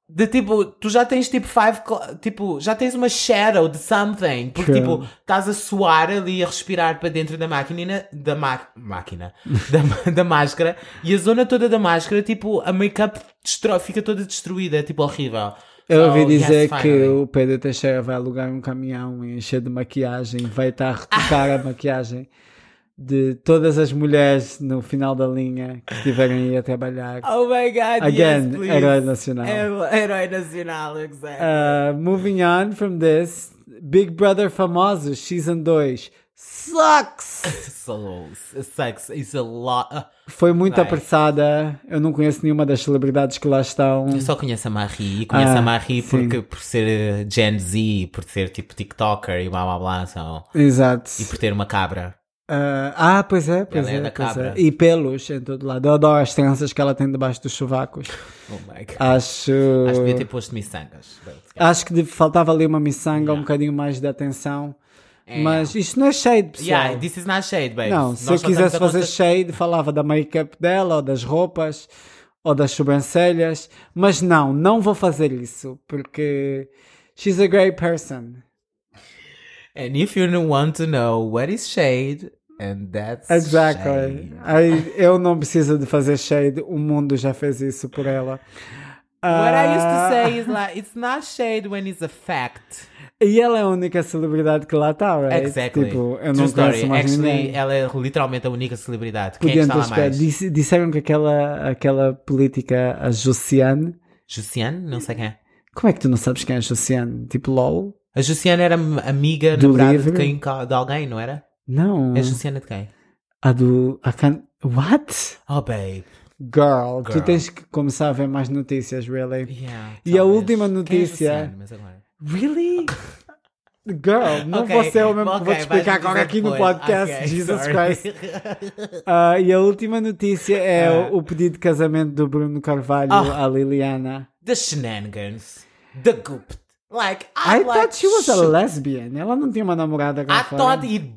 Speaker 1: De tipo, tu já tens tipo five, cl- tipo, já tens uma shadow de something, porque
Speaker 2: Sure.
Speaker 1: tipo, estás a suar ali, a respirar para dentro da máquina, da ma máquina, da, ma- da máscara, e a zona toda da máscara, tipo, a make-up destro- fica toda destruída, é tipo horrível.
Speaker 2: Eu
Speaker 1: So,
Speaker 2: ouvi
Speaker 1: Oh, yes,
Speaker 2: dizer que
Speaker 1: finally.
Speaker 2: o Pedro Teixeira vai alugar um caminhão e encher de maquiagem, vai estar a retocar a maquiagem de todas as mulheres no final da linha que estiverem aí a trabalhar.
Speaker 1: Oh my god, yes,
Speaker 2: Again,
Speaker 1: please.
Speaker 2: herói nacional.
Speaker 1: É- herói nacional, exato.
Speaker 2: Uh, moving on from this, Big Brother Famosos, Season 2. Sucks!
Speaker 1: So, sex is a lot. Ah,
Speaker 2: Foi muito
Speaker 1: Vai.
Speaker 2: apressada. Eu não conheço nenhuma das celebridades que lá estão.
Speaker 1: Eu só conheço a Marie e conheço
Speaker 2: Ah,
Speaker 1: a Marie
Speaker 2: sim.
Speaker 1: porque, por ser eh, Gen Z, por ser tipo TikToker e blá blá blá, so.
Speaker 2: Exato.
Speaker 1: e por ter uma cabra.
Speaker 2: Uh, ah, pois é, pois,
Speaker 1: Ela é
Speaker 2: é,
Speaker 1: da
Speaker 2: pois é.
Speaker 1: cabra.
Speaker 2: E pelos em todo lado. Eu adoro as tranças que ela tem debaixo dos sovacos.
Speaker 1: Oh my god.
Speaker 2: Acho.
Speaker 1: Acho que devia ter posto miçangas. But-
Speaker 2: Acho que de- faltava ali uma miçanga, um bocadinho mais de atenção. Mas isto não é shade, pessoal.
Speaker 1: Yeah, this is not shade, baby.
Speaker 2: não, se eu quisesse fazer shade, falava da make-up dela, ou das roupas, ou das sobrancelhas. Mas não, não vou fazer isso, porque she's a great person.
Speaker 1: And if you don't want to know what is shade, and that's
Speaker 2: Exactly.
Speaker 1: shade.
Speaker 2: Aí, eu não preciso de fazer shade, o mundo já fez isso por ela.
Speaker 1: What I used to
Speaker 2: Ah,
Speaker 1: say is like, it's not shade when it's a fact.
Speaker 2: E ela é a única celebridade que lá está, right?
Speaker 1: Exactly.
Speaker 2: Tipo, eu
Speaker 1: True
Speaker 2: não
Speaker 1: story.
Speaker 2: conheço mais
Speaker 1: Actually,
Speaker 2: ninguém.
Speaker 1: ela é literalmente a única celebridade. Quem é que
Speaker 2: Podiam
Speaker 1: está
Speaker 2: ter
Speaker 1: lá
Speaker 2: esperado.
Speaker 1: mais?
Speaker 2: Disse- Disseram que aquela, aquela política, a Josiane.
Speaker 1: Jussiane? Não sei quem é.
Speaker 2: Como é que tu não sabes quem é a Josiane? Tipo, LOL?
Speaker 1: A Jussiane era am- amiga,
Speaker 2: Do
Speaker 1: namorada de,
Speaker 2: livro? Hum.
Speaker 1: quem, de alguém, não era?
Speaker 2: Não.
Speaker 1: É A Jussiane de quem?
Speaker 2: A do. A can... What?
Speaker 1: Oh, babe.
Speaker 2: Girl, tu
Speaker 1: Girl.
Speaker 2: tens que começar a ver mais notícias, really.
Speaker 1: Yeah,
Speaker 2: E a
Speaker 1: talvez. Quem é
Speaker 2: última
Speaker 1: a
Speaker 2: notícia-
Speaker 1: Jussiane? Mas agora...
Speaker 2: Really? Girl, não
Speaker 1: Ok,
Speaker 2: vou ser o mesmo que
Speaker 1: ok,
Speaker 2: vou te explicar
Speaker 1: vais-me
Speaker 2: agora aqui
Speaker 1: dizer
Speaker 2: no
Speaker 1: depois.
Speaker 2: podcast.
Speaker 1: Ok,
Speaker 2: Jesus
Speaker 1: sorry.
Speaker 2: Christ. Ah, e a última notícia é o- o pedido de casamento do Bruno Carvalho
Speaker 1: Ah.
Speaker 2: à Liliana.
Speaker 1: The shenanigans. The goop. Like, I,
Speaker 2: I
Speaker 1: like
Speaker 2: thought she was a
Speaker 1: shit.
Speaker 2: lesbian. Ela não tinha uma namorada
Speaker 1: Ah, I
Speaker 2: cá fora.
Speaker 1: thought it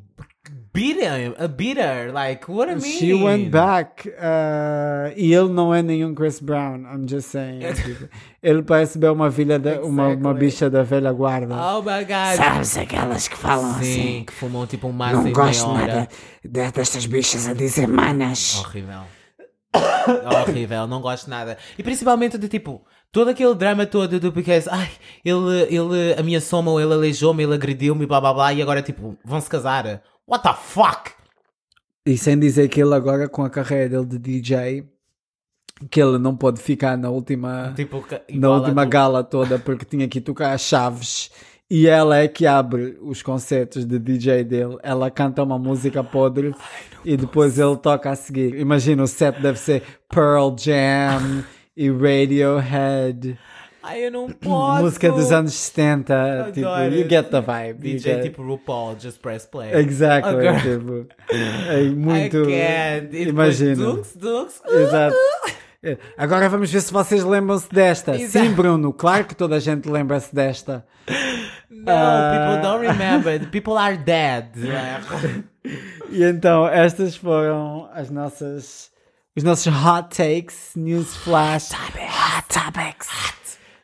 Speaker 1: beat him, uh, beat her. Like, what I mean?
Speaker 2: She went back. uh, e ele não é nenhum Chris Brown, I'm just saying. Tipo, ele parece bem uma, filha da, uma, uma
Speaker 1: Exactly.
Speaker 2: bicha da velha guarda.
Speaker 1: Oh my god.
Speaker 3: Sabes aquelas que falam
Speaker 1: Sim,
Speaker 3: assim?
Speaker 1: que fumam tipo um maço
Speaker 3: Não
Speaker 1: e
Speaker 3: gosto
Speaker 1: meia hora.
Speaker 3: nada de- destas bichas a dizer manas.
Speaker 1: Horrível. Horrível, não gosto de nada. E principalmente de tipo, todo aquele drama todo do Piquet, ai, ele, ele ameaçou-me, ou ele aleijou-me, ele agrediu-me, blá blá blá, e agora tipo, vão se casar. What the fuck?
Speaker 2: E sem dizer que ele agora, com a carreira dele de DJ, que ele não pode ficar na última,
Speaker 1: Tipo, ca-
Speaker 2: na
Speaker 1: igual a
Speaker 2: última
Speaker 1: do-
Speaker 2: gala toda porque tinha que tocar as chaves. E ela é que abre os concertos de DJ dele. Ela canta uma música podre e depois ele toca a seguir. Imagina, o set deve ser Pearl Jam e Radiohead.
Speaker 1: Ai, eu não posso.
Speaker 2: Música dos anos é. 70. Tipo,
Speaker 1: Adoro.
Speaker 2: you get the vibe. you
Speaker 1: DJ
Speaker 2: get-
Speaker 1: tipo RuPaul, just press play.
Speaker 2: Exactly.
Speaker 1: Oh, girl.
Speaker 2: tipo, é muito.
Speaker 1: I can't. E depois um
Speaker 2: Imagina.
Speaker 1: Dux, dux.
Speaker 2: Exato. É, Agora vamos ver se vocês lembram-se desta.
Speaker 1: Exato.
Speaker 2: Sim, Bruno, claro que toda a gente lembra-se desta.
Speaker 1: No,
Speaker 2: Ah.
Speaker 1: people don't remember. The people are dead. Like,
Speaker 2: E então, estas foram as nossas. Os nossos hot takes, news flash
Speaker 3: Hot topics.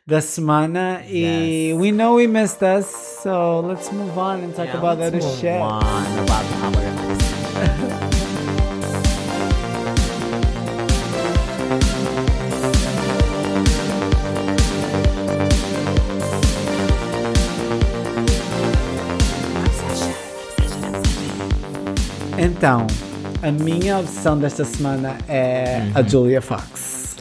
Speaker 2: da semana. E we know we missed us, so let's move on and talk about
Speaker 1: let's
Speaker 2: other
Speaker 1: move
Speaker 2: shit.
Speaker 1: on about our lives.
Speaker 2: Então, a minha opção desta semana é a
Speaker 1: Uhum.
Speaker 2: Julia Fox.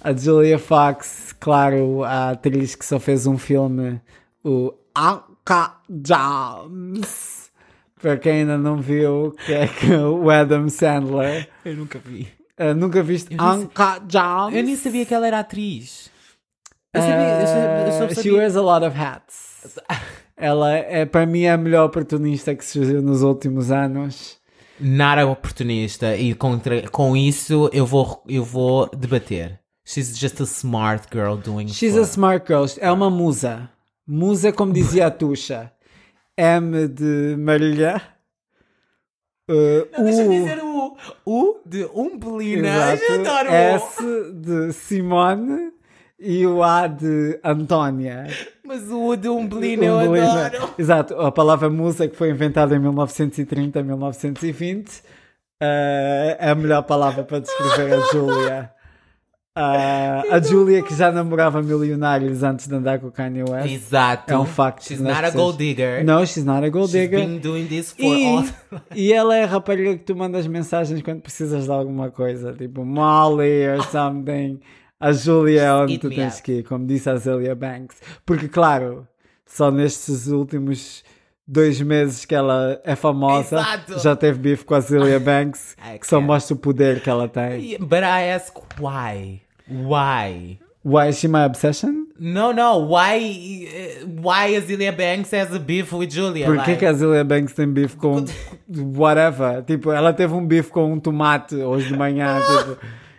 Speaker 2: a Julia Fox, claro, a atriz que só fez um filme, o Anka James. Para quem ainda não viu, que é que o Adam Sandler.
Speaker 1: Eu nunca vi.
Speaker 2: eh, nunca viste
Speaker 1: nem sei-
Speaker 2: Anka James?
Speaker 1: Eu nem sabia que ela era atriz. Ah, Eu sabia, eu sabia, eu só
Speaker 2: Eh, She
Speaker 1: sabia.
Speaker 2: wears a lot of hats. Ela é, para mim, é a melhor oportunista que surgiu nos últimos anos.
Speaker 1: Nada oportunista e contra, com isso eu vou, eu vou debater. She's just a smart girl doing
Speaker 2: She's a
Speaker 1: fun.
Speaker 2: smart girl. É uma musa. Musa, como dizia a Tuxa. M de Marília. Uh,
Speaker 1: Ah, Deixa eu
Speaker 2: U,
Speaker 1: dizer o U de Umbelina.
Speaker 2: exato,
Speaker 1: Eu adoro o U.
Speaker 2: S de Simone. E o A de Antónia.
Speaker 1: Mas o U de Umbelina eu
Speaker 2: Umbelina.
Speaker 1: adoro.
Speaker 2: Exato. A palavra musa que foi inventada em 1930, 1920. uh, é a melhor palavra para descrever a Júlia. Uh, a Júlia que já namorava milionários antes de andar com o Kanye West.
Speaker 1: Exato.
Speaker 2: É um facto.
Speaker 1: She's
Speaker 2: Nós
Speaker 1: not a gold
Speaker 2: precisamos-
Speaker 1: digger.
Speaker 2: No, she's not a gold
Speaker 1: She's
Speaker 2: digger.
Speaker 1: been doing this for
Speaker 2: E,
Speaker 1: all.
Speaker 2: e ela é a rapariga que tu mandas mensagens quando precisas de alguma coisa, tipo Molly or something. A Julia é onde
Speaker 1: eat
Speaker 2: tu
Speaker 1: me
Speaker 2: tens
Speaker 1: up.
Speaker 2: que ir, como disse a Zelia Banks. Porque, claro, só nestes últimos dois meses que ela é famosa,
Speaker 1: Exato.
Speaker 2: já teve bife com a Zelia Banks,
Speaker 1: I
Speaker 2: que só
Speaker 1: can't.
Speaker 2: mostra o poder que ela tem.
Speaker 1: But I ask why? Why?
Speaker 2: Why is she my obsession?
Speaker 1: No, no. Why? eh, Why Azealia Banks has a beef with Julia?
Speaker 2: Por que
Speaker 1: like-
Speaker 2: que a Zilia Banks tem bife com whatever? Tipo, ela teve um bife com um tomate hoje de manhã, tipo,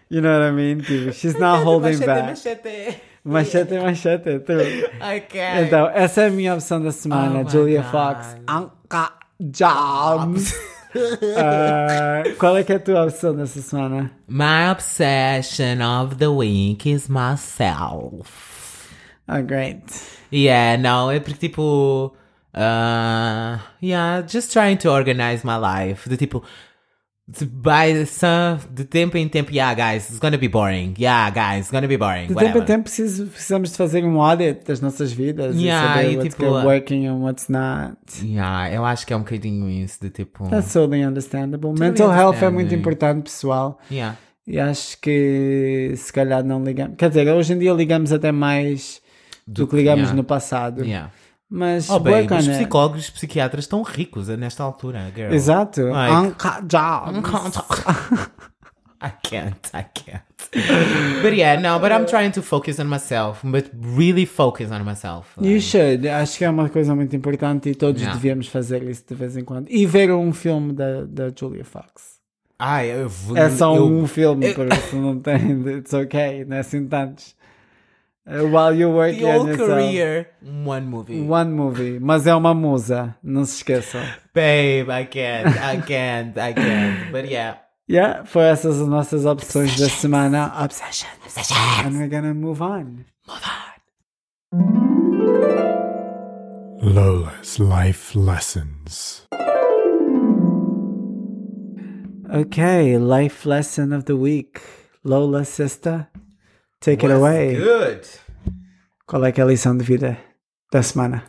Speaker 2: you know what I mean? Tipo, she's not holding
Speaker 1: Ah! machete,
Speaker 2: back.
Speaker 1: Machete.
Speaker 2: Machete, machete, true.
Speaker 1: I can't.
Speaker 2: Então, essa é a minha opção da
Speaker 1: Oh
Speaker 2: semana.
Speaker 1: my
Speaker 2: Julia
Speaker 1: God.
Speaker 2: Fox, Anka Jobs. Ah, qual é que é a tua opção dessa semana?
Speaker 1: My obsession of the week is myself.
Speaker 2: Oh, great.
Speaker 1: Yeah, no, é porque tipo. Uh, yeah, just trying to organize my life. De tipo. de- By some, de tempo em tempo, yeah, guys, it's gonna be boring. Yeah, guys, it's gonna be boring.
Speaker 2: De tempo
Speaker 1: Whatever.
Speaker 2: a tempo preciso- precisamos de fazer um audit das nossas vidas
Speaker 1: Yeah,
Speaker 2: e saber
Speaker 1: e
Speaker 2: what's
Speaker 1: tipo,
Speaker 2: good working and what's not.
Speaker 1: Yeah, eu acho que é um bocadinho isso, de tipo.
Speaker 2: That's totally understandable. Mental health é muito
Speaker 1: understanding.
Speaker 2: importante, pessoal.
Speaker 1: Yeah.
Speaker 2: E acho que se calhar não ligamos. Quer dizer, hoje em dia ligamos até mais do, que ligamos
Speaker 1: yeah.
Speaker 2: no passado.
Speaker 1: Yeah.
Speaker 2: Mas
Speaker 1: Oh, bem,
Speaker 2: work on
Speaker 1: os
Speaker 2: it.
Speaker 1: psicólogos e psiquiatras estão ricos eh, nesta altura, girl.
Speaker 2: Exato.
Speaker 1: Like-
Speaker 2: Anca
Speaker 1: I
Speaker 2: jobs.
Speaker 1: can't. I can't. I can't. but yeah, no, but I'm trying to focus on myself, but really focus on myself.
Speaker 2: You should. Acho que é uma coisa muito importante e todos
Speaker 1: Yeah.
Speaker 2: devíamos fazer isso de vez em quando. E ver um filme da, da Julia Fox.
Speaker 1: Ai, eu vou.
Speaker 2: É só
Speaker 1: eu-
Speaker 2: um filme, por isso não tem. It's ok, não é assim tantos. Uh, while you work
Speaker 1: The whole
Speaker 2: on yourself.
Speaker 1: career. One movie.
Speaker 2: One movie. Mas é uma musa. Não se esqueçam.
Speaker 1: Babe, I can't, I can't, I can't. But yeah.
Speaker 2: Yeah, foram essas as nossas opções da semana.
Speaker 3: Obsession.
Speaker 2: And we're gonna move on.
Speaker 4: Lola's Life Lessons.
Speaker 2: Okay, life lesson of the week. Lola, sister, take it
Speaker 1: Was
Speaker 2: away.
Speaker 1: Good.
Speaker 2: Qual é que é a lição de vida da semana?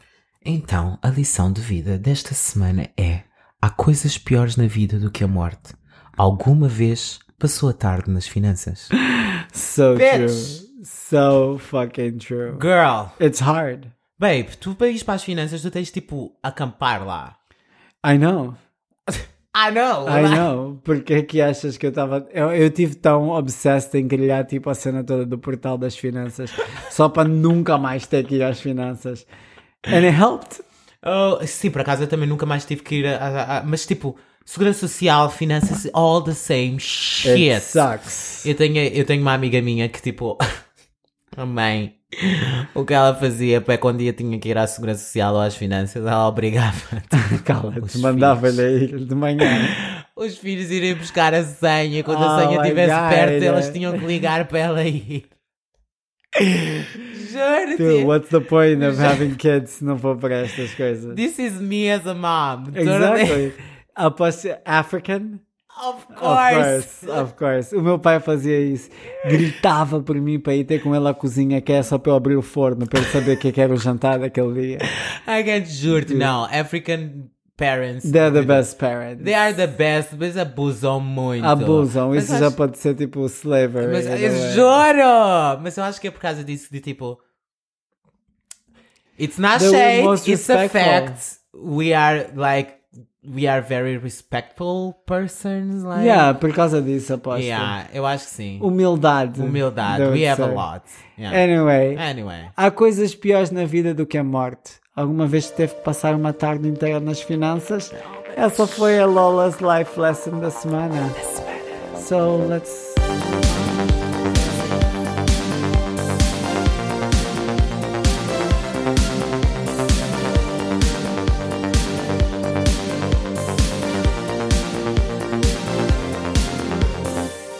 Speaker 1: Então, a lição de vida desta semana é: há coisas piores na vida do que a morte. Alguma vez passou a tarde nas finanças.
Speaker 2: So
Speaker 1: Bitch.
Speaker 2: true. So fucking true.
Speaker 1: Girl,
Speaker 2: It's hard.
Speaker 1: babe, tu para ir para as finanças, tu tens tipo acampar lá.
Speaker 2: I know.
Speaker 1: I know.
Speaker 2: I know. Porque é que achas que eu estava. Eu, eu tive tão obsessed em criar tipo a cena toda do portal das finanças só para nunca mais ter que ir às finanças. And it helped.
Speaker 1: Oh, sim, por acaso eu também nunca mais tive que ir a, a- a- Mas tipo, segurança social, finanças, all the same shit.
Speaker 2: It sucks.
Speaker 1: Eu tenho, eu tenho uma amiga minha que, tipo, a mãe, o que ela fazia para quando ia tinha que ir à Segurança Social ou às finanças, ela obrigava tipo, os
Speaker 2: Cala-te,
Speaker 1: filhos-
Speaker 2: mandava-lhe ir de manhã.
Speaker 1: os filhos irem buscar a senha. Quando a
Speaker 2: Oh
Speaker 1: senha
Speaker 2: my
Speaker 1: estivesse
Speaker 2: God.
Speaker 1: perto, elas tinham que ligar para ela ir.
Speaker 2: Dude,
Speaker 1: Juro-te.
Speaker 2: what's the point of having kids se não for para estas coisas?
Speaker 1: This is me as a mom. Totally.
Speaker 2: Exactly. Aposto African?
Speaker 1: Of course.
Speaker 2: Of course, of course. O meu pai fazia isso. Gritava por mim para ir ter com ele à cozinha, que é só para eu abrir o forno, para ele saber o que é que era o jantar daquele dia.
Speaker 1: I can juro-te. Não, African parents.
Speaker 2: They're the best parents.
Speaker 1: They are the best, mas abusam muito.
Speaker 2: Abusam.
Speaker 1: Mas
Speaker 2: Isso
Speaker 1: acho-
Speaker 2: já pode ser tipo slavery. é.
Speaker 1: Mas
Speaker 2: in a
Speaker 1: eu
Speaker 2: way.
Speaker 1: juro! Mas eu acho que é por causa disso de tipo. It's not
Speaker 2: They were most
Speaker 1: shade, it's a
Speaker 2: respectful.
Speaker 1: fact. We are like we are very respectful persons. Like
Speaker 2: Yeah, por causa disso, aposto.
Speaker 1: Yeah, eu acho que sim.
Speaker 2: Humildade.
Speaker 1: Humildade.
Speaker 2: They would
Speaker 1: We have
Speaker 2: say.
Speaker 1: a lot. É. Yeah.
Speaker 2: Anyway,
Speaker 1: Anyway.
Speaker 2: há coisas piores na vida do que a morte. Alguma vez teve que passar uma tarde inteira nas finanças? Essa foi a Lola's Life Lesson da semana. So let's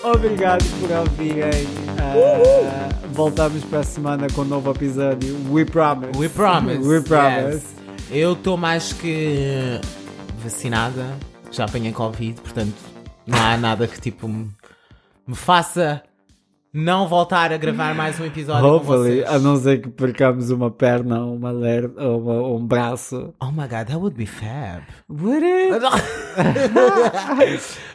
Speaker 2: Obrigado por ouvirem. Ah, voltamos para a semana com um novo episódio. We promise.
Speaker 1: We promise.
Speaker 2: We promise.
Speaker 1: yes. Eu estou mais que eh, vacinada. Já apanhei Covid, portanto não há nada que tipo me, me faça não voltar a gravar mais um episódio
Speaker 2: Hopefully,
Speaker 1: com
Speaker 2: a
Speaker 1: vocês.
Speaker 2: não ser que percamos uma perna ou uma ler, ou uma- ou um braço.
Speaker 1: Oh my god, that would be fab.
Speaker 2: Would it?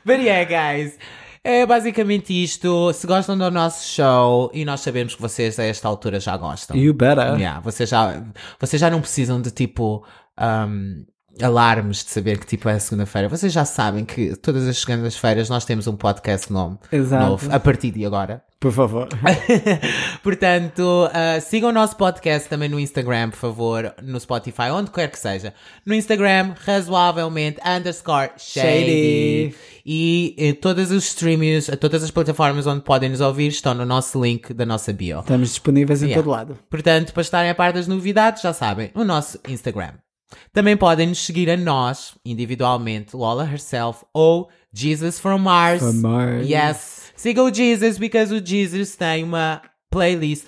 Speaker 1: But yeah, guys. É basicamente isto. Se gostam do nosso show, e nós sabemos que vocês a esta altura já gostam.
Speaker 2: You better.
Speaker 1: Então, Yeah, vocês, já, vocês já não precisam de tipo um, alarmes de saber que tipo é a segunda-feira. Vocês já sabem que todas as segundas-feiras nós temos um podcast nome
Speaker 2: Exato.
Speaker 1: novo a partir de agora.
Speaker 2: Por favor.
Speaker 1: Portanto, uh, sigam o nosso podcast também no Instagram, por favor, no Spotify, onde quer que seja. No Instagram, razoavelmente, underscore shady.
Speaker 2: Shady.
Speaker 1: E, eh, todos os streams, todas as plataformas onde podem nos ouvir estão no nosso link da nossa bio.
Speaker 2: Estamos disponíveis em
Speaker 1: Yeah.
Speaker 2: todo lado.
Speaker 1: Portanto, para estarem a par das novidades, já sabem, o nosso Instagram. Também podem nos seguir a nós, individualmente, Lola herself ou Jesus from Mars.
Speaker 2: From Mars.
Speaker 1: Yes. Sigam o Jesus, because o Jesus tem uma playlist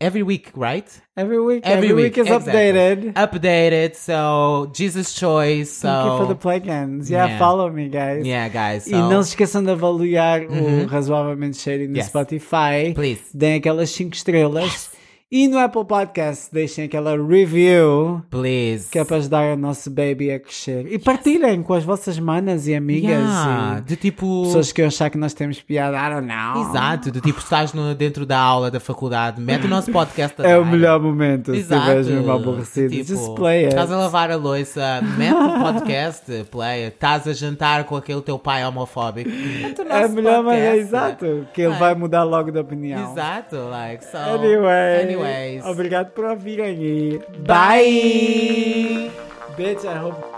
Speaker 1: every week, right?
Speaker 2: Every week, every, week, is
Speaker 1: exactly.
Speaker 2: updated.
Speaker 1: Updated, so Jesus Choice, so...
Speaker 2: Thank you for the plugins. Yeah,
Speaker 1: Yeah.
Speaker 2: follow me, guys.
Speaker 1: Yeah, guys, so... Uhum.
Speaker 2: E não se esqueçam de avaliar o Razoavelmente Cheiro no
Speaker 1: Yes.
Speaker 2: Spotify.
Speaker 1: Please.
Speaker 2: Deem aquelas 5 estrelas. E no Apple Podcast deixem aquela review
Speaker 1: Please.
Speaker 2: que é para ajudar o nosso baby a crescer. E partilhem com as vossas manas e amigas.
Speaker 1: Yeah,
Speaker 2: E
Speaker 1: de tipo...
Speaker 2: pessoas que eu achar que nós temos piada. I don't know.
Speaker 1: Exato, do tipo, estás no, dentro da aula da faculdade, mete o nosso podcast a
Speaker 2: É o
Speaker 1: dar.
Speaker 2: melhor momento se
Speaker 1: Exato.
Speaker 2: tiveres mesmo aborrecido.
Speaker 1: Tipo,
Speaker 2: é- Just play it.
Speaker 1: Estás a lavar a louça, mete o podcast, play. it. Estás a jantar com aquele teu pai homofóbico. Mete o
Speaker 2: É a
Speaker 1: nosso
Speaker 2: melhor maneira,
Speaker 1: podcast.
Speaker 2: exato. Que ele vai mudar logo de opinião.
Speaker 1: né? É. Exato, like, so.
Speaker 2: Anyway.
Speaker 1: Anyways.
Speaker 2: Obrigado por ouvirem e.
Speaker 1: Bye!
Speaker 2: Bitch, I hope.